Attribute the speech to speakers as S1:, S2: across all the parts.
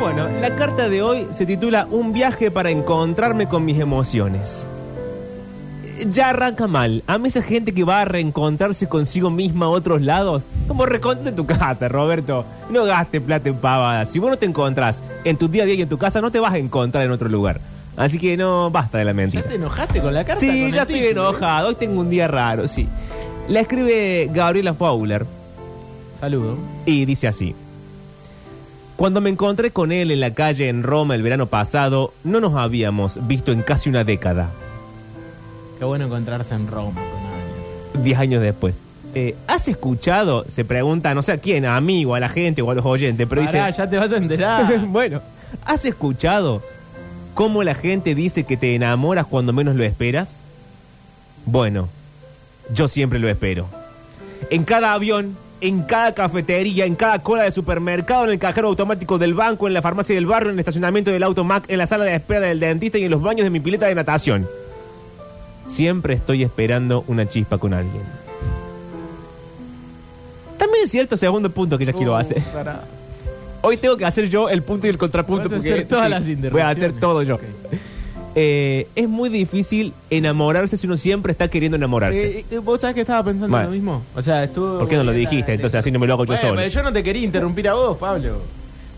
S1: Bueno, la carta de hoy se titula Un viaje para encontrarme con mis emociones. Ya arranca mal. A mí esa gente que va a reencontrarse consigo misma a otros lados, como recontra en tu casa, Roberto. No gastes plata en pavadas. Si vos no te encontrás en tu día a día y en tu casa, no te vas a encontrar en otro lugar. Así que no, basta de la mentira.
S2: ¿Ya te enojaste con la carta? ¿eh?
S1: Sí,
S2: con
S1: ya
S2: el
S1: estoy
S2: título?
S1: enojado. Hoy tengo un día raro, sí. La escribe Gabriela Fowler.
S2: Saludo.
S1: Y dice así. Cuando me encontré con él en la calle en Roma el verano pasado, no nos habíamos visto en casi una década,
S2: Qué bueno encontrarse en Roma con alguien.
S1: diez años después. Eh, ¿Has escuchado? Se pregunta, no sé a quién, a mí o a la gente o a los oyentes, pero
S2: Pará,
S1: dice...
S2: ya te vas a enterar.
S1: bueno, ¿has escuchado cómo la gente dice que te enamoras cuando menos lo esperas? Bueno, yo siempre lo espero. En cada avión, en cada cafetería, en cada cola de supermercado, en el cajero automático del banco, en la farmacia del barrio, en el estacionamiento del automac, en la sala de espera del dentista y en los baños de mi pileta de natación. Siempre estoy esperando una chispa con alguien. También es cierto, segundo punto que ya quiero
S2: Uh,
S1: hacer.
S2: pará.
S1: Hoy tengo que hacer yo el punto y el contrapunto.
S2: Vas a
S1: porque-
S2: hacer todas
S1: sí,
S2: las interrupciones.
S1: Voy a hacer todo yo.
S2: Ok.
S1: Eh, es muy difícil enamorarse si uno siempre está queriendo enamorarse.
S2: Eh, eh, ¿Vos sabés que estaba pensando
S1: Bueno.
S2: lo mismo? O sea, estuvo...
S1: ¿Por qué no lo dijiste? Entonces así no me lo hago yo
S2: Bueno,
S1: solo.
S2: pero yo no te quería interrumpir a vos, Pablo.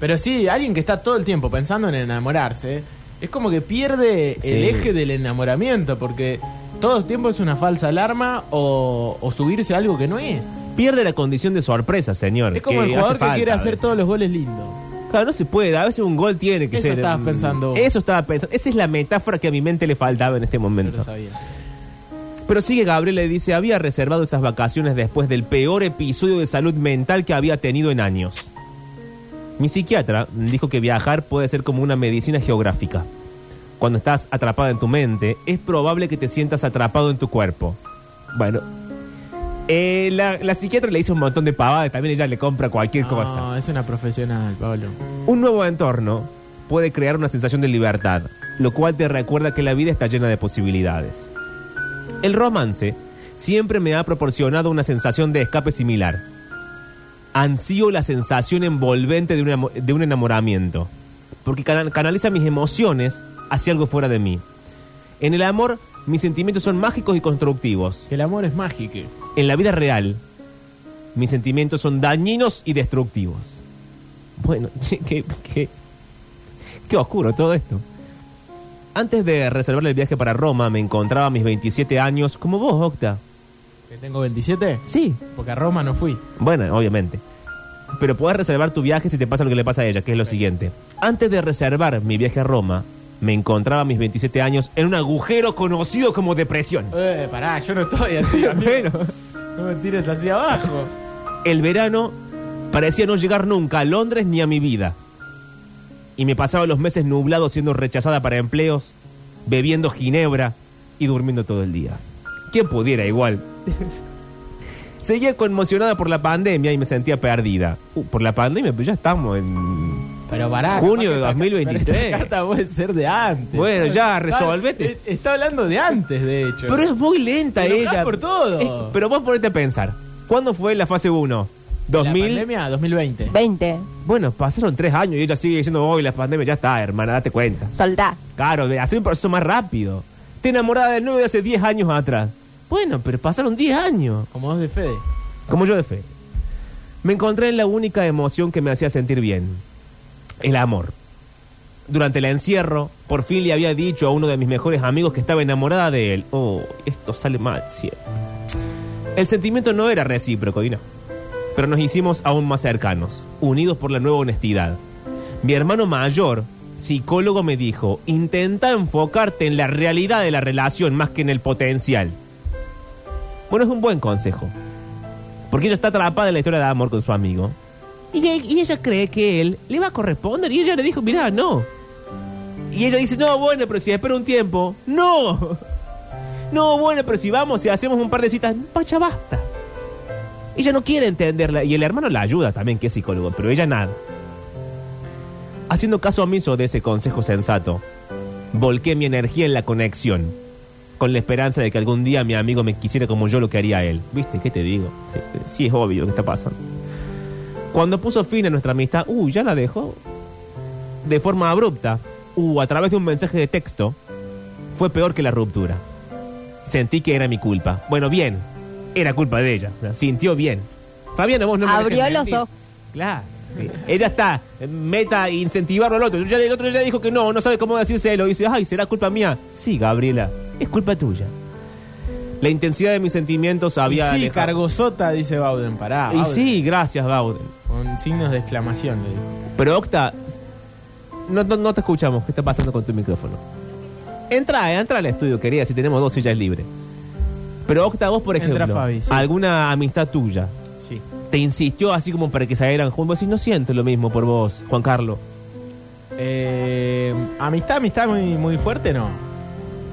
S2: Pero sí, alguien que está todo el tiempo pensando en enamorarse, es como que pierde el
S1: Sí.
S2: eje del enamoramiento, porque todo el tiempo es una falsa alarma o, o subirse a algo que no es.
S1: Pierde la condición de sorpresa, señor.
S2: Es como el
S1: hace
S2: jugador que
S1: falta
S2: quiere
S1: a
S2: hacer
S1: veces.
S2: todos los goles lindos.
S1: Claro, no se puede. A veces un gol tiene que
S2: Eso
S1: ser.
S2: estabas
S1: mm,
S2: pensando vos.
S1: Eso estaba pensando. Esa es la metáfora que a mi mente le faltaba en este
S2: Yo lo
S1: momento.
S2: sabía.
S1: Pero sigue Gabriela y dice: Había reservado esas vacaciones después del peor episodio de salud mental que había tenido en años. Mi psiquiatra dijo que viajar puede ser como una medicina geográfica. Cuando estás atrapada en tu mente, es probable que te sientas atrapado en tu cuerpo. Bueno, eh, la, la psiquiatra le hizo un montón de pavadas, también ella le compra cualquier
S2: No,
S1: cosa.
S2: es una profesional, Pablo.
S1: Un nuevo entorno puede crear una sensación de libertad, lo cual te recuerda que la vida está llena de posibilidades. El romance siempre me ha proporcionado una sensación de escape similar. Ansío la sensación envolvente de un, amo- de un enamoramiento, porque cana- canaliza mis emociones hacia algo fuera de mí. En el amor, mis sentimientos son mágicos y constructivos.
S2: El amor es mágico.
S1: En la vida real, mis sentimientos son dañinos y destructivos. Bueno, che, qué, qué, qué oscuro todo esto. Antes de reservar el viaje para Roma, me encontraba a mis 27 años, como vos, Octa.
S2: ¿Que tengo 27?
S1: Sí.
S2: Porque a Roma no fui.
S1: Bueno, obviamente. Pero podés reservar tu viaje si te pasa lo que le pasa a ella, que es lo siguiente. Antes de reservar mi viaje a Roma, me encontraba a mis 27 años en un agujero conocido como depresión.
S2: Eh, pará, yo no estoy así, amigo.
S1: Bueno.
S2: No me tires hacia abajo.
S1: El verano parecía no llegar nunca a Londres ni a mi vida. Y me pasaba los meses nublado siendo rechazada para empleos, bebiendo ginebra y durmiendo todo el día. ¿Quién pudiera igual? Seguía conmocionada por la pandemia y me sentía perdida. Uh, por la pandemia, pero ya estamos en...
S2: Pero pará.
S1: Junio
S2: capaz
S1: de
S2: que esta-
S1: 2023.
S2: pero esta carta puede ser de antes.
S1: Bueno, ya,
S2: Está-
S1: resolvete.
S2: eh, Está, hablando de antes, de hecho.
S1: Pero es muy lenta
S2: Te enojás
S1: ella.
S2: por todo.
S1: Eh, pero vos ponete a pensar. ¿Cuándo fue la fase 1?
S2: ¿La
S1: 2000...
S2: pandemia? 2020.
S3: 20.
S1: Bueno, pasaron tres años y ella sigue diciendo, hoy la pandemia ya está, hermana, date cuenta.
S3: Soltá.
S1: Claro, de hacer un proceso más rápido. Te enamorada del novio de hace 10 años atrás. Bueno, pero pasaron 10 años.
S2: Como dos de Fede.
S1: Como yo de fe. Me encontré en la única emoción que me hacía sentir bien. El amor. durante el encierro, por fin le había dicho a uno de mis mejores amigos que estaba enamorada de él. Oh, esto sale mal, siempre. El sentimiento no era recíproco, y no. Pero nos hicimos aún más cercanos, unidos por la nueva honestidad. Mi hermano mayor, psicólogo, me dijo, intenta enfocarte en la realidad de la relación más que en el potencial. Bueno, es un buen consejo. Porque ella está atrapada en la historia de amor con su amigo. Y, e- y ella cree que él le va a corresponder. Y ella le dijo, mirá, no. Y ella dice, no, bueno, pero si espero un tiempo. No. No, bueno, pero si vamos y hacemos un par de citas. Pacha, basta. Ella no quiere entenderla. Y el hermano la ayuda también, que es psicólogo. Pero ella nada. Haciendo caso omiso de ese consejo sensato, volqué mi energía en la conexión. Con la esperanza de que algún día mi amigo me quisiera como yo lo que haría él. ¿Viste? ¿Qué te digo? Sí, sí es obvio lo que está pasando. Cuando puso fin a nuestra amistad, uh, ya la dejó de forma abrupta, uh, a través de un mensaje de texto, fue peor que la ruptura. Sentí que era mi culpa. Bueno, bien, era culpa de ella. Sintió bien. Fabiana, vos no me
S3: Abrió
S1: dejes
S3: los
S1: mentir.
S3: ojos.
S1: Claro. sí. Ella está, meta e incentivarlo al otro. Ya, el otro ya dijo que no, no sabe cómo decírselo. Y dice, ay, será culpa mía. Sí, Gabriela, es culpa tuya. La intensidad de mis sentimientos había.
S2: Y sí,
S1: alejado-
S2: cargosota, dice Bauden. Pará.
S1: Y
S2: Bauden.
S1: sí, gracias, Bauden.
S2: Con signos de exclamación, le digo.
S1: Pero Octa, no, no- no te escuchamos. ¿Qué está pasando con tu micrófono? Entra, eh, entra al estudio, querida, si tenemos dos sillas libres. Pero Octa, vos, por
S2: Entra,
S1: ejemplo,
S2: Fabi, sí.
S1: alguna amistad tuya
S2: Sí.
S1: te insistió así como para que salieran juntos. Y no siento lo mismo por vos, Juan Carlos.
S2: Eh, amistad, amistad muy, muy fuerte, no.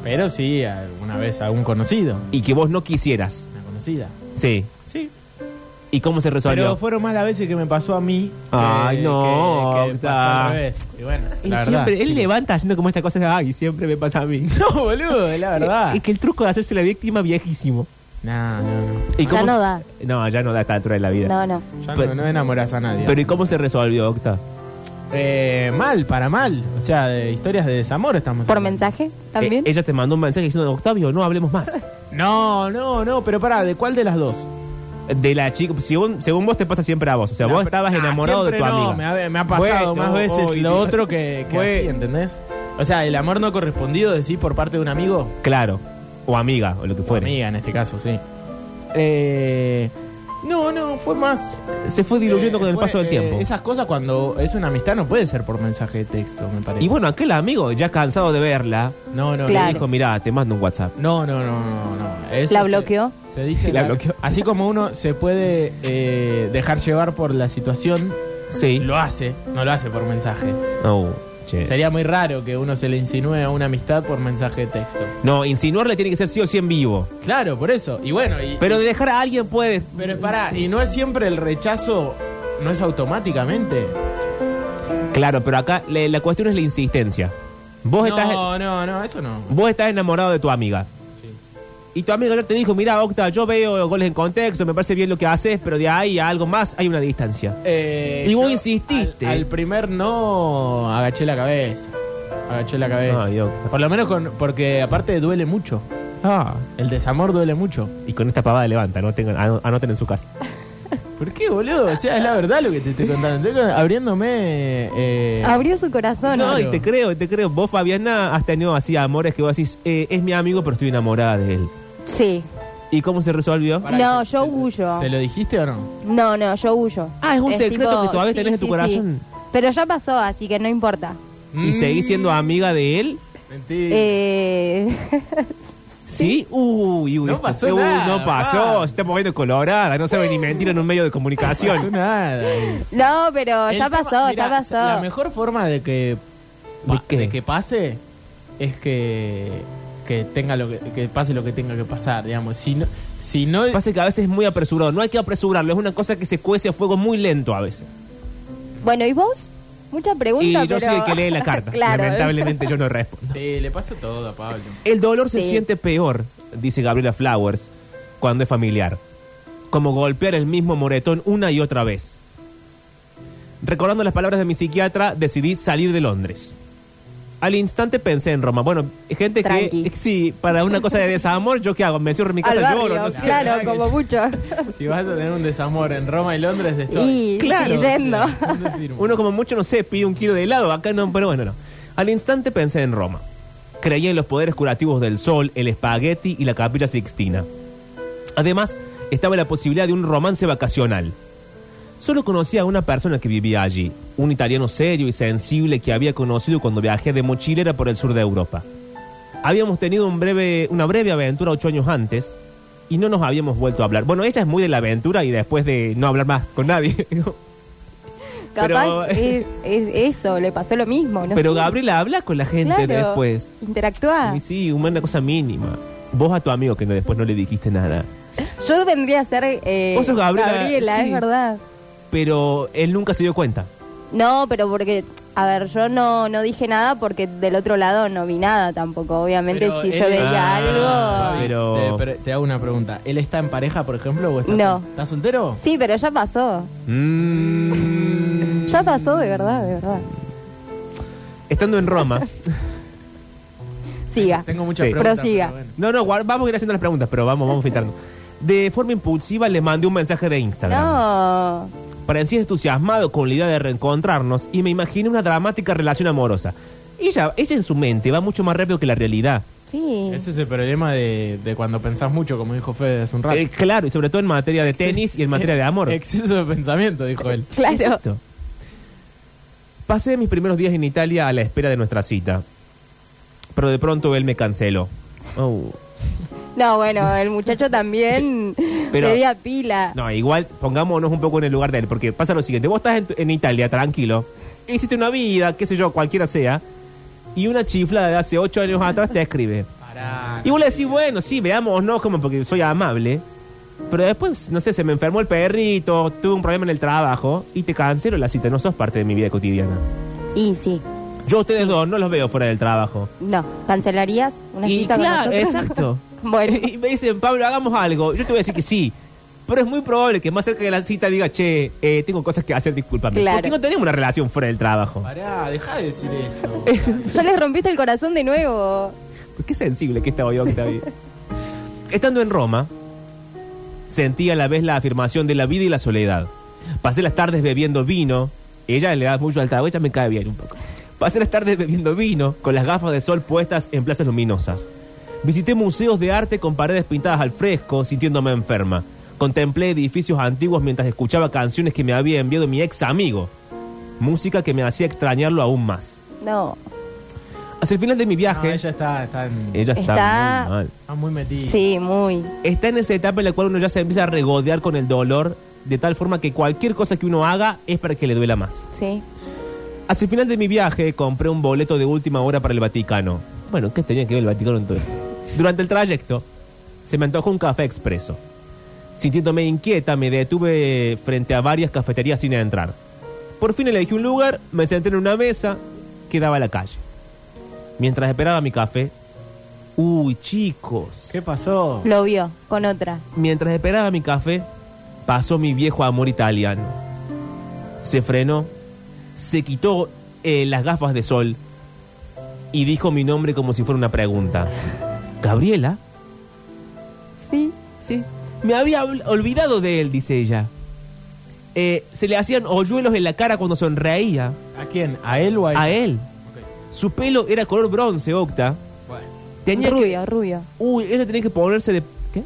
S2: Pero sí, alguna vez algún conocido,
S1: Y que vos no quisieras.
S2: una conocida.
S1: Sí.
S2: Sí.
S1: ¿Y cómo se
S2: Pero
S1: resolvió?
S2: fueron más las veces que me pasó a mí. que-
S1: Ay, no,
S2: que- que
S1: Octa.
S2: pasó al revés. Y bueno,
S1: Él
S2: la verdad.
S1: siempre, él
S2: sí.
S1: levanta haciendo como esta cosa, ay, siempre me pasa a mí.
S2: No, boludo, es la verdad.
S1: Es que el truco de hacerse la víctima viejísimo.
S2: No, no, no.
S1: ¿Y
S3: Ya
S1: cómo-
S3: no da.
S1: No, ya no da a esta altura de la vida.
S3: No, no.
S2: Ya
S1: Pero-
S2: no, no enamorás a nadie.
S1: Pero ¿y cómo se resolvió, Octa?
S2: Eh, mal, para mal. O sea, de historias de desamor estamos.
S3: ¿Por
S2: hablando.
S3: mensaje también?
S1: Eh, ella te mandó un mensaje diciendo, Octavio, no hablemos más.
S2: No, no, no, pero pará, ¿de cuál de las dos?
S1: De la chica, pues, según, según vos te pasa siempre a vos. O sea,
S2: No,
S1: vos
S2: pero-
S1: estabas
S2: ah,
S1: enamorado de tu
S2: siempre no,
S1: amiga.
S2: Me ha, me ha pasado
S1: Bueno,
S2: más veces
S1: hoy
S2: lo
S1: día.
S2: otro que, que
S1: Bueno.
S2: así, ¿entendés? O sea, el amor no correspondido, decís, por parte de un amigo.
S1: Claro. O amiga, o lo que fuera.
S2: Amiga, en este caso, sí. Eh, no, no, fue más...
S1: Se fue diluyendo
S2: eh,
S1: con el
S2: fue,
S1: paso del
S2: eh,
S1: tiempo.
S2: Esas cosas cuando es una amistad no puede ser por mensaje de texto, me parece.
S1: Y bueno, aquel amigo, ya cansado de verla,
S2: no, no,
S3: Claro.
S1: le dijo, mirá, te mando un WhatsApp.
S2: no, no, no, no, no. Eso
S3: ¿La
S2: se-
S3: bloqueó?
S2: Se dice...
S1: La
S2: la-
S1: bloqueó.
S2: Así como uno se puede eh, dejar llevar por la situación,
S1: Sí.
S2: lo hace, no lo hace por mensaje.
S1: No, Oh, che.
S2: Sería muy raro que uno se le insinúe a una amistad por mensaje de texto.
S1: No, insinuarle tiene que ser sí o sí en vivo.
S2: Claro, por eso. Y bueno, y,
S1: Pero de dejar a alguien puede...
S2: pero pará, y no es siempre el rechazo, no es automáticamente.
S1: Claro, pero acá le- la cuestión es la insistencia. Vos
S2: no,
S1: estás...
S2: no, no, eso no.
S1: Vos estás enamorado de tu amiga.
S2: Sí.
S1: Y tu amiga ya te dijo, mira, Octa, yo veo goles en contexto, me parece bien lo que haces, pero de ahí a algo más hay una distancia.
S2: Eh,
S1: Y vos
S2: yo
S1: insististe.
S2: Al, al primer no, agaché la cabeza. Agaché la cabeza.
S1: Ay, Octa.
S2: por lo menos con, porque aparte duele mucho.
S1: Ah.
S2: El desamor duele mucho.
S1: Y con esta pavada levanta, no tengan, ano- anoten en su casa.
S2: ¿Por qué, boludo? O sea, es la verdad lo que te estoy contando. Estoy abriéndome. eh,
S3: Abrió su corazón.
S1: No,
S2: Claro.
S1: y te creo, y te creo. Vos, Fabiana, has tenido así amores que vos decís, "Eh, es mi amigo, pero estoy enamorada de él.
S3: Sí.
S1: ¿Y cómo se resolvió?
S2: Pará,
S3: No,
S2: ¿se-
S3: yo
S2: se-
S3: huyo.
S2: ¿Se lo dijiste o no?
S3: No, no, yo huyo.
S1: Ah, es un secreto que todavía tenés en tu corazón.
S3: Pero ya pasó, así que no importa.
S2: Mm.
S1: ¿Y seguís siendo amiga de él?
S2: Mentira.
S3: Eh,
S1: ¿Sí? Uy, uy,
S2: No
S1: esto-
S2: pasó
S1: uy,
S2: nada,
S1: no pasó,
S2: Pablo.
S1: se está moviendo colorada, no sabe ni mentir en un medio de
S2: No pasó
S1: comunicación.
S2: nada.
S3: no, pero ya
S2: El tema-
S3: pasó,
S2: mirá,
S3: ya pasó.
S2: La mejor forma de que,
S1: ¿De qué?
S2: de que pase es que, que tenga lo que, que pase lo que tenga que pasar, digamos. Si no, si no
S1: Pasa que a veces es muy apresurado, no hay que apresurarlo, es una cosa que se cuece a fuego muy lento a veces.
S3: Bueno, ¿y vos? Mucha pregunta,
S1: Y yo
S3: pero...
S1: soy el que lee la carta,
S3: claro.
S1: lamentablemente yo no respondo.
S2: Sí, le pasa todo a Pablo.
S1: El dolor se
S3: Sí.
S1: siente peor, dice Gabriela Flowers, cuando es familiar. Como golpear el mismo moretón una y otra vez. Recordando las palabras de mi psiquiatra, decidí salir de Londres. Al instante pensé en Roma. Bueno, gente
S3: Tranqui.
S1: que... eh, Sí, para una cosa de desamor, ¿yo qué hago? Me encierro en mi
S3: Al
S1: casa,
S3: barrio,
S1: lloro. No sé.
S3: claro, como mucho.
S2: Si vas a tener un desamor en Roma y Londres, estoy.
S3: Y- Claro. y yendo.
S2: ¿Dónde firmo?
S1: Uno como mucho, no sé, pide un kilo de helado. Acá no, pero bueno, no. Al instante pensé en Roma. Creía en los poderes curativos del sol, el espagueti y la capilla sixtina. Además, estaba la posibilidad de un romance vacacional. Solo conocía a una persona que vivía allí, un italiano serio y sensible que había conocido cuando viajé de mochilera por el sur de Europa. Habíamos tenido un breve, una breve aventura ocho años antes y no nos habíamos vuelto a hablar. Bueno, ella es muy de la aventura y después de no hablar más con nadie.
S3: Capaz
S1: Pero-
S3: es, es eso, le pasó lo mismo. no
S1: Pero
S3: sé.
S1: Gabriela habla con la gente
S3: Claro, Ah.
S1: después.
S3: Interactúa.
S1: Y sí, una cosa mínima. Vos a tu amigo que no- después no le dijiste nada.
S3: Yo vendría a ser eh,
S1: Vos sos Gabriela, sí.
S3: es verdad.
S1: Pero él nunca se dio cuenta.
S3: No, pero porque, a ver, yo no, no dije nada porque del otro lado no vi nada tampoco. Obviamente,
S2: Pero
S3: si
S2: él-
S3: yo veía
S1: Ah,
S3: algo.
S2: Fabi,
S1: Pero-
S2: te, eh, pero te hago una pregunta. ¿Él está en pareja, por ejemplo, o está
S3: No.
S2: sol- ¿Está soltero?
S3: Sí, pero ya pasó.
S1: Mm.
S3: Ya pasó de verdad, de verdad.
S1: Estando en Roma.
S3: Siga.
S2: Tengo muchas
S1: Sí.
S2: preguntas.
S3: Prosiga.
S2: pero bueno.
S1: No, no, guard- vamos a ir haciendo las preguntas, pero vamos, vamos filtrando. De forma impulsiva le mandé un mensaje de Instagram.
S3: No.
S1: Parecía entusiasmado con la idea de reencontrarnos y me imaginé una dramática relación amorosa. Ella, ella en su mente va mucho más rápido que la realidad.
S3: Sí.
S2: Ese es el problema de, de cuando pensás mucho, como dijo Fede hace un rato.
S1: Eh, claro, y sobre todo en materia de tenis y en materia de amor.
S2: Exceso de pensamiento, dijo él.
S3: Claro.
S1: Exacto. Pasé mis primeros días en Italia a la espera de nuestra cita. Pero de pronto él me canceló. Oh.
S3: No, bueno, el muchacho también
S1: Pero-
S3: pedía pila.
S1: No, igual pongámonos un poco en el lugar de él, porque pasa lo siguiente, vos estás en, tu- en Italia, tranquilo, hiciste una vida, qué sé yo, cualquiera sea, y una chifla de hace ocho años atrás te escribe.
S2: Pará.
S1: Y vos le decís, bueno, sí, veamos, no, como porque soy amable, pero después, no sé, se me enfermó el perrito, tuve un problema en el trabajo, y te cancelo la cita, no sos parte de mi vida cotidiana.
S3: Y sí.
S1: Yo a ustedes dos no los veo fuera del trabajo.
S3: No, ¿cancelarías una
S1: Y
S3: cita con
S1: claro,
S3: nosotros?
S1: exacto.
S3: bueno,
S1: Y me dicen, Pablo, hagamos algo. Yo te voy a decir que sí. Pero es muy probable que más cerca de la cita diga, che, eh, tengo cosas que hacer, discúlpame.
S3: Claro.
S1: Porque no tenemos una relación fuera del trabajo.
S2: Pará, deja de decir eso.
S3: ya les rompiste el corazón de nuevo.
S1: Qué sensible que estaba yo, Octavio. Estando en Roma, sentí a la vez la afirmación de la vida y la soledad. Pasé las tardes bebiendo vino. Ella le da mucho al trago, ella me cae bien un poco. Pasé las tardes bebiendo vino con las gafas de sol puestas en plazas luminosas. Visité museos de arte con paredes pintadas al fresco, sintiéndome enferma. Contemplé edificios antiguos mientras escuchaba canciones que me había enviado mi ex amigo. Música que me hacía extrañarlo aún más.
S3: No.
S1: Hacia el final de mi viaje,
S2: No, Ah, ella está, está, en-
S1: ella está,
S3: Está-
S1: muy mal.
S2: está muy metida.
S3: Sí, muy.
S1: está en esa etapa en la cual uno ya se empieza a regodear con el dolor, de tal forma que cualquier cosa que uno haga es para que le duela más.
S3: Sí.
S1: Hacia el final de mi viaje compré un boleto de última hora para el Vaticano. Bueno, ¿qué tenía que ver el Vaticano en todo esto? Durante el trayecto, se me antojó un café expreso. Sintiéndome inquieta, me detuve frente a varias cafeterías sin entrar. Por fin elegí un lugar, me senté en una mesa que daba a la calle. Mientras esperaba mi café, uy chicos,
S2: ¿Qué pasó?
S3: Lo vio con otra.
S1: Mientras esperaba mi café, pasó mi viejo amor italiano. Se frenó, se quitó eh, las gafas de sol y dijo mi nombre como si fuera una pregunta. ¿Gabriela?
S3: Sí.
S1: Sí. Me había ol- olvidado de él, dice ella. Eh, se le hacían hoyuelos en la cara cuando sonreía.
S2: ¿A quién? ¿A él o a él?
S1: A él.
S2: Ok.
S1: Su pelo era color bronce, Octa.
S2: Bueno.
S1: Tenía que-
S3: rubio, rubio.
S1: Uy, ella tenía que ponerse de... ¿Qué?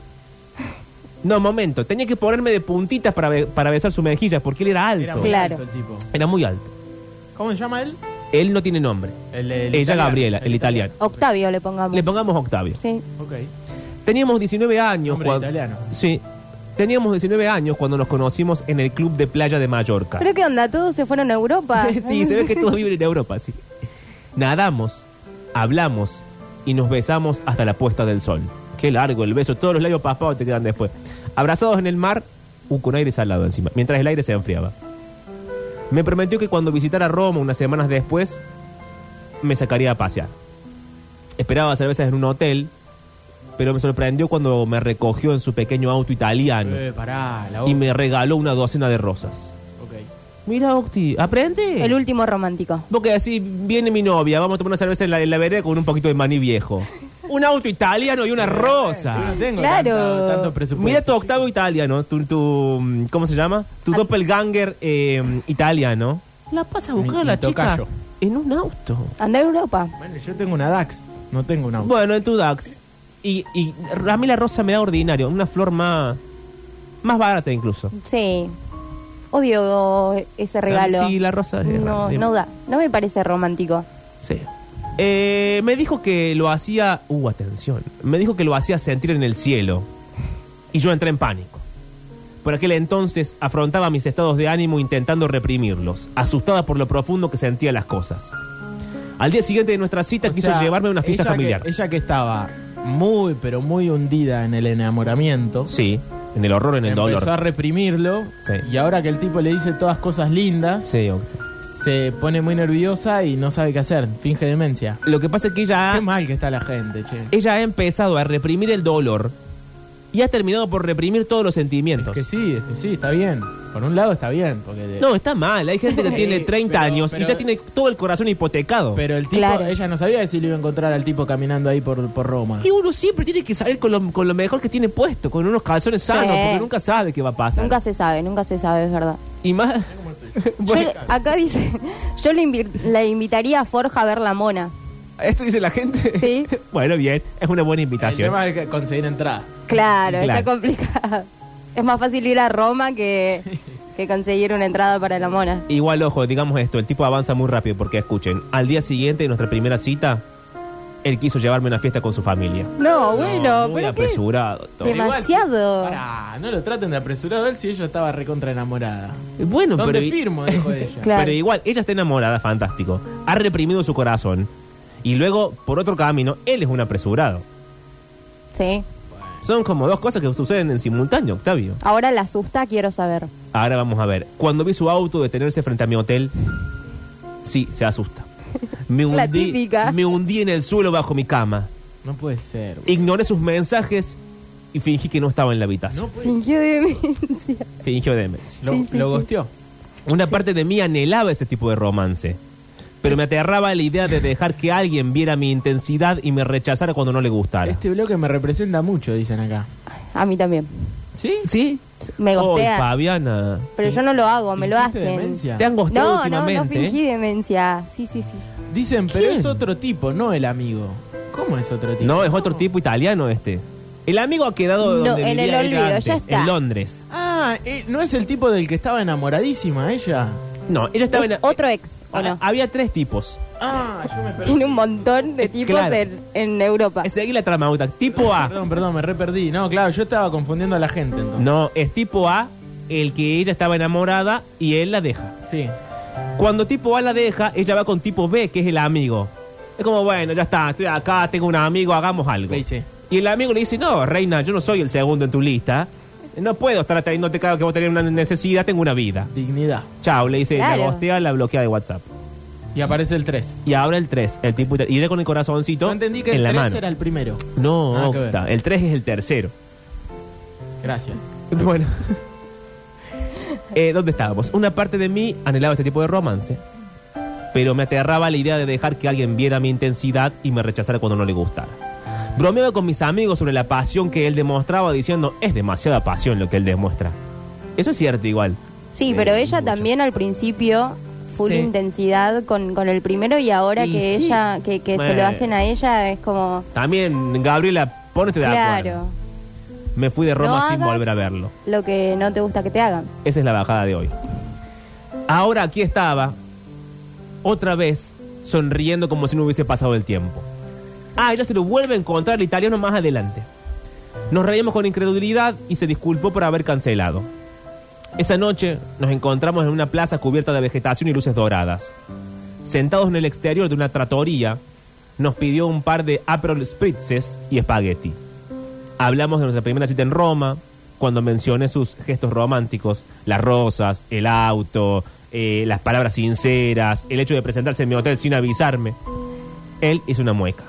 S1: No, momento. Tenía que ponerme de puntitas para, be- para besar su mejilla porque él era alto.
S2: Era
S1: Era
S2: muy
S1: muy,
S3: Claro.
S2: alto el tipo.
S1: alto.
S2: ¿Cómo se llama él?
S1: Él no tiene nombre.
S2: El, el
S1: Ella
S2: italiano.
S1: Gabriela, el italiano.
S3: Octavio le pongamos.
S1: Le pongamos Octavio.
S3: Sí.
S2: Ok.
S1: Teníamos 19 años
S2: Hombre
S1: cuando...
S2: italiano.
S1: Sí. Teníamos 19 años cuando nos conocimos en el club de playa de Mallorca.
S3: Pero qué onda, todos se fueron a Europa.
S1: sí, se ve que todos viven en Europa, sí. Nadamos, hablamos y nos besamos hasta la puesta del sol. Qué largo el beso, todos los labios paspados te quedan después. Abrazados en el mar, uh, con aire salado encima, mientras el aire se enfriaba. Me prometió que cuando visitara Roma unas semanas después, me sacaría a pasear. Esperaba cervezas en un hotel, pero me sorprendió cuando me recogió en su pequeño auto italiano
S2: Eh, pará, la
S1: y
S2: voz.
S1: me regaló una docena de rosas.
S2: Ok.
S1: Mira, Octi, aprende.
S3: El último romántico.
S1: Porque así viene mi novia, vamos a tomar una cerveza en la, en la vereda con un poquito de maní viejo. Un auto italiano y una
S2: Yo no
S1: rosa.
S2: tengo
S3: Claro.
S2: tanto, tanto presupuesto.
S1: Mira tu octavo
S2: chicos.
S1: italiano, tu, tu mm, ¿cómo se llama? Tu
S3: Ah.
S1: doppelganger eh, italiano. La pasas a buscar a
S2: Mi-
S1: la
S2: mi
S1: chica.
S2: tocayo.
S1: en un auto.
S3: Andar a Europa.
S2: Bueno, yo tengo una DAX, no tengo una auto.
S1: Bueno, en tu DAX. Y, y a mí la rosa me da ordinario, una flor más, más barata incluso.
S3: Sí. Odio ese regalo.
S1: Sí, la rosa es rara,
S3: no, no
S1: digamos.
S3: da. No me parece romántico.
S1: Sí. Eh, me dijo que lo hacía. Uh, atención. Me dijo que lo hacía sentir en el cielo. Y yo entré en pánico. Por aquel entonces afrontaba mis estados de ánimo intentando reprimirlos, asustada por lo profundo que sentía las cosas. Al día siguiente de nuestra cita
S2: O
S1: quiso
S2: sea,
S1: llevarme a una fiesta
S2: ella que-
S1: familiar.
S2: ella que estaba muy, pero muy hundida en el enamoramiento.
S1: Sí, en el horror, en el
S2: empezó a
S1: dolor.
S2: reprimirlo.
S1: Sí.
S2: Y ahora que el tipo le dice todas cosas lindas,
S1: Sí, ok.
S2: se pone muy nerviosa y no sabe qué hacer. Finge demencia.
S1: Lo que pasa es que ella
S2: Qué
S1: ha,
S2: mal que está la gente, che.
S1: ella ha empezado a reprimir el dolor y ha terminado por reprimir todos los
S2: Es
S1: sentimientos.
S2: que sí, es que sí, está bien. Por un lado está bien, porque... de-
S1: No, está mal. Hay gente que
S2: Eh, Sí,
S1: tiene 30
S2: pero-
S1: años y
S2: pero-
S1: ya tiene todo el corazón hipotecado.
S2: Pero el tipo,
S3: Claro.
S2: ella no sabía si lo iba a encontrar al tipo caminando ahí por, por Roma.
S1: Y uno siempre tiene que salir con lo, con lo mejor que tiene puesto, con unos calzones sanos, porque nunca sabe qué va a pasar.
S3: Nunca se sabe, nunca se sabe, es verdad.
S1: Y más.
S3: Yo
S1: Bueno,
S3: le- acá dice, yo le, invir- la invitaría a Forja a ver la mona.
S1: ¿Esto dice la gente?
S3: Sí.
S1: bueno, bien, es una buena
S2: El
S1: invitación.
S2: tema es que conseguir entrada.
S3: Claro,
S1: Claro.
S3: está complicado. Es más fácil ir a Roma que, que conseguir una entrada para la mona.
S1: Igual, ojo, digamos esto, el tipo avanza muy rápido porque escuchen, al día siguiente de nuestra primera cita, él quiso llevarme a una fiesta con su familia.
S3: No,
S1: muy
S3: bueno, Oh, pero qué...
S1: apresurado. todo.
S3: Tema- Demasiado.
S2: Igual, pará, no lo traten de apresurado él si ella estaba recontra enamorada.
S1: Bueno,
S2: ¿Dónde
S1: pero.
S2: firmo? Dijo ella.
S3: Claro.
S1: Pero igual, ella está enamorada, fantástico. Ha reprimido su corazón. Y luego, por otro camino, él es un apresurado.
S3: Sí,
S1: Son como dos cosas que suceden en simultáneo, Octavio.
S3: ahora la asusta, quiero saber.
S1: Ahora vamos a ver. Cuando vi su auto detenerse frente a mi hotel, sí, se asusta. Me
S3: La
S1: hundí,
S3: típica.
S1: me hundí en el suelo bajo mi cama.
S2: No puede ser. boludo.
S1: Ignoré sus mensajes y fingí que no estaba en la habitación.
S2: No puede
S3: Fingió demencia.
S1: Fingió demencia.
S2: Lo,
S3: Sí, sí,
S2: lo
S3: sí.
S2: gosteó.
S1: Una parte de mí anhelaba ese tipo de romance. Pero me aterraba la idea de dejar que alguien viera mi intensidad y me rechazara cuando no le gustara.
S2: Este bloque me representa mucho, dicen acá.
S3: A mí también.
S2: ¿Sí?
S1: ¿Sí?
S3: Me
S1: Oh,
S3: gostea.
S1: Fabiana.
S3: pero yo no lo hago, me lo
S2: ¿Fingiste
S3: hacen.
S2: demencia?
S1: Te han gustado
S3: No, no, no
S1: últimamente.
S3: fingí demencia. Sí, sí, sí.
S2: Dicen, pero
S1: ¿Quién?
S2: es otro tipo, no el amigo. ¿Cómo es otro tipo?
S1: No, es otro tipo italiano este. El amigo ha quedado
S3: No,
S1: donde
S3: en
S1: vivía
S3: el
S1: ella
S3: olvido, ya
S1: antes,
S3: está.
S1: En Londres.
S2: Ah, eh, no es el tipo del que estaba enamoradísima ella.
S1: No, ella estaba
S3: Es
S1: en...
S3: otro ex, ¿o
S1: Ah,
S3: no?
S1: Había tres tipos.
S2: Ah, yo me perdí.
S3: Tiene un montón de tipos
S1: Claro.
S3: en, en Europa.
S1: Es seguí la tramauta. Tipo A.
S2: Perdón, perdón, me reperdí. No, claro, yo estaba confundiendo a la gente entonces.
S1: No, es tipo A el que ella estaba enamorada y él la deja.
S2: Sí.
S1: Cuando tipo A la deja, ella va con tipo B, que es el amigo. Es como, bueno, ya está, estoy acá, tengo un amigo, hagamos algo.
S2: Sí, sí.
S1: Y el amigo le dice, no, reina, yo no soy el segundo en tu lista. No puedo estar atendiéndote cada que vos tenés una necesidad, tengo una vida.
S2: Dignidad.
S1: Chao, le dice, la
S3: Claro.
S1: gostea, la bloquea de WhatsApp.
S2: Y aparece el 3.
S1: Y ahora el 3, el tipo y iré con el corazoncito
S2: Yo entendí que
S1: en
S2: el
S1: la
S2: 3
S1: mano.
S2: era el Ah, primero.
S1: No,
S2: Nada que ver.
S1: Octa, el 3 es el tercero.
S2: Gracias.
S1: Bueno. Eh, ¿Dónde estábamos? Una parte de mí anhelaba este tipo de romance, pero me aterraba la idea de dejar que alguien viera mi intensidad y me rechazara cuando no le gustara. Bromeaba con mis amigos sobre la pasión que él demostraba diciendo, es demasiada pasión lo que él demuestra. Eso es cierto igual.
S3: Sí,
S1: Eh,
S3: pero ella
S1: mucho.
S3: también al principio full
S2: Sí.
S3: intensidad con, con el primero y ahora
S1: Y
S3: que
S1: sí.
S3: ella que, que se
S1: Bueno.
S3: lo hacen a ella es como
S1: También, Gabriela, ponete de
S3: claro
S1: acuerdo. Me fui de Roma
S3: No
S1: sin
S3: hagas-
S1: volver a verlo.
S3: lo que no te gusta que te hagan.
S1: Esa es la bajada de hoy. Ahora aquí estaba, otra vez, sonriendo como si no hubiese pasado el tiempo. Ah, ella se lo vuelve a encontrar el italiano más adelante. Nos reímos con incredulidad y se disculpó por haber cancelado. Esa noche nos encontramos en una plaza cubierta de vegetación y luces doradas. Sentados en el exterior de una trattoria, nos pidió un par de Aperol Spritzes y espagueti. Hablamos de nuestra primera cita en Roma, cuando mencioné sus gestos románticos, las rosas, el auto, eh, las palabras sinceras, el hecho de presentarse en mi hotel sin avisarme. Él hizo una mueca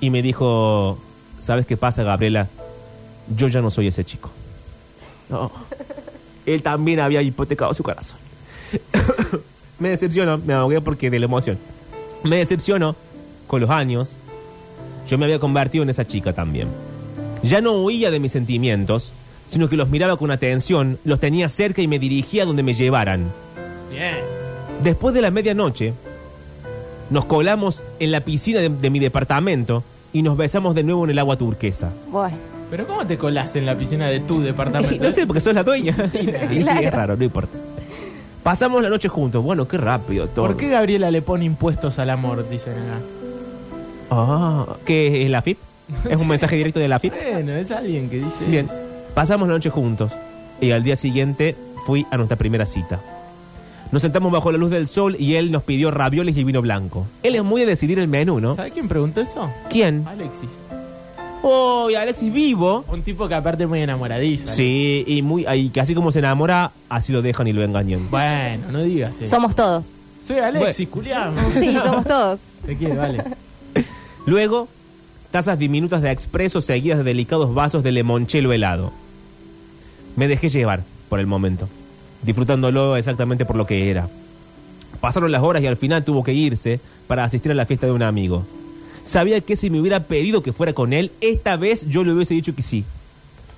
S1: y me dijo, ¿sabes qué pasa, Gabriela? Yo ya no soy ese chico. No. Él también había hipotecado su corazón. me decepcionó, me ahogué porque de la emoción. Me decepcionó con los años. Yo me había convertido en esa chica también. Ya no huía de mis sentimientos, sino que los miraba con atención, los tenía cerca y me dirigía a donde me llevaran.
S2: Bien.
S1: Después de la medianoche, Nos colamos en la piscina de, de mi departamento y nos besamos de nuevo en el agua turquesa.
S3: Bueno,
S2: Pero ¿cómo te colas en la piscina de tu departamento?
S1: No sé, porque sos la dueña.
S2: Sí, claro.
S1: Y sí, es raro, no importa. Pasamos la noche juntos. Bueno, qué rápido todo.
S2: ¿Por qué Gabriela le pone impuestos al amor? Dicen acá.
S1: Ah, ¿qué es la FIP? ¿Es un mensaje directo de la FIP?
S2: Bueno, es alguien que dice.
S1: Bien.
S2: eso.
S1: Pasamos la noche juntos y al día siguiente fui a nuestra primera cita. Nos sentamos bajo la luz del sol y él nos pidió ravioles y vino blanco. Él es muy de decidir el menú, ¿no?
S2: ¿Sabe quién preguntó eso?
S1: ¿Quién?
S2: Alexis.
S1: ¡Oh, y Alexis vivo!
S2: Un tipo que aparte es muy enamoradizo.
S1: Sí, y muy, y que así como se enamora, así lo dejan y lo engañan.
S2: Bueno, no digas eso.
S3: somos todos.
S2: Soy Alexis, culiamos.
S3: Sí, somos todos.
S2: Te quiero, vale.
S1: Luego, tazas diminutas de expreso seguidas de delicados vasos de limonchelo helado. Me dejé llevar por el momento, disfrutándolo exactamente por lo que era. Pasaron las horas y al final tuvo que irse para asistir a la fiesta de un amigo. Sabía que si me hubiera pedido que fuera con él, esta vez yo le hubiese dicho que sí.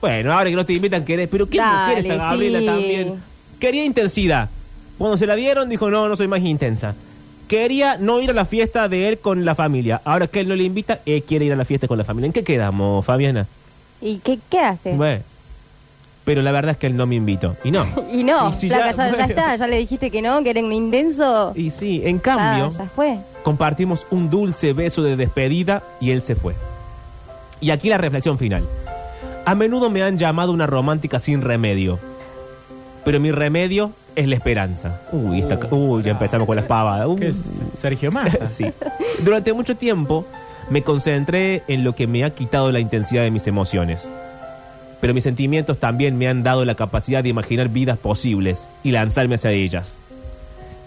S1: Bueno, ahora que no te invitan, querés, pero ¿qué
S3: Dale,
S1: mujer esta Gabriela
S3: sí.
S1: también? Quería intensidad. Cuando se la dieron, dijo, no, no soy más intensa. Quería no ir a la fiesta de él con la familia. Ahora que él no le invita, él quiere ir a la fiesta con la familia. ¿En qué quedamos, Fabiana?
S3: ¿Y qué, qué hace?
S1: Bueno, pero la verdad es que él no me invitó. Y no.
S3: Y no,
S1: Y si
S3: flaca, ya,
S1: ya-
S3: ya está, ya le dijiste que no, que era un intenso.
S1: Y sí, en
S3: Ah,
S1: cambio,
S3: ya fue.
S1: compartimos un dulce beso de despedida y él se fue. Y aquí la reflexión final. A menudo me han llamado una romántica sin remedio. Pero mi remedio es la esperanza. Uy, esta- uy, ya empezamos con las pavadas. Uy.
S2: ¿Qué es Sergio Massa?
S1: Sí. Durante mucho tiempo me concentré en lo que me ha quitado la intensidad de mis emociones. Pero mis sentimientos también me han dado la capacidad de imaginar vidas posibles y lanzarme hacia ellas.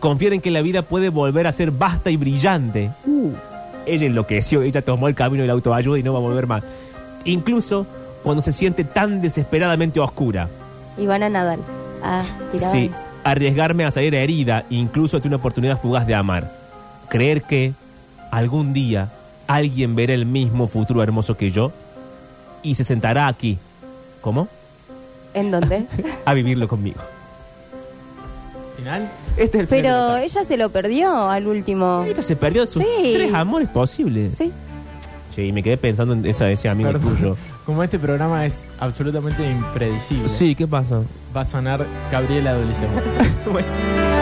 S1: Confiar en que la vida puede volver a ser vasta y brillante. Ella enloqueció, ella tomó el camino del autoayuda y no va a volver más. Incluso cuando se siente tan desesperadamente oscura.
S3: Ivana Nadal. Ah, tiraba
S1: Sí,
S3: eso.
S1: arriesgarme a salir herida, incluso ante una oportunidad fugaz de amar. Creer que algún día alguien verá el mismo futuro hermoso que yo y se sentará aquí. ¿Cómo?
S3: ¿En dónde?
S1: A vivirlo conmigo.
S2: Final.
S1: Este es el final de
S3: Pero
S1: la
S3: ella se lo perdió al último.
S1: tarde. Ella se perdió sus
S3: Sí.
S1: tres amores posibles.
S3: Sí.
S1: Sí, y me quedé pensando en esa, ese amigo
S2: Perdón.
S1: tuyo.
S2: Como este programa es absolutamente impredecible,
S1: Sí, ¿qué pasa?
S2: va a sonar Gabriela Adolescente.
S1: Bueno.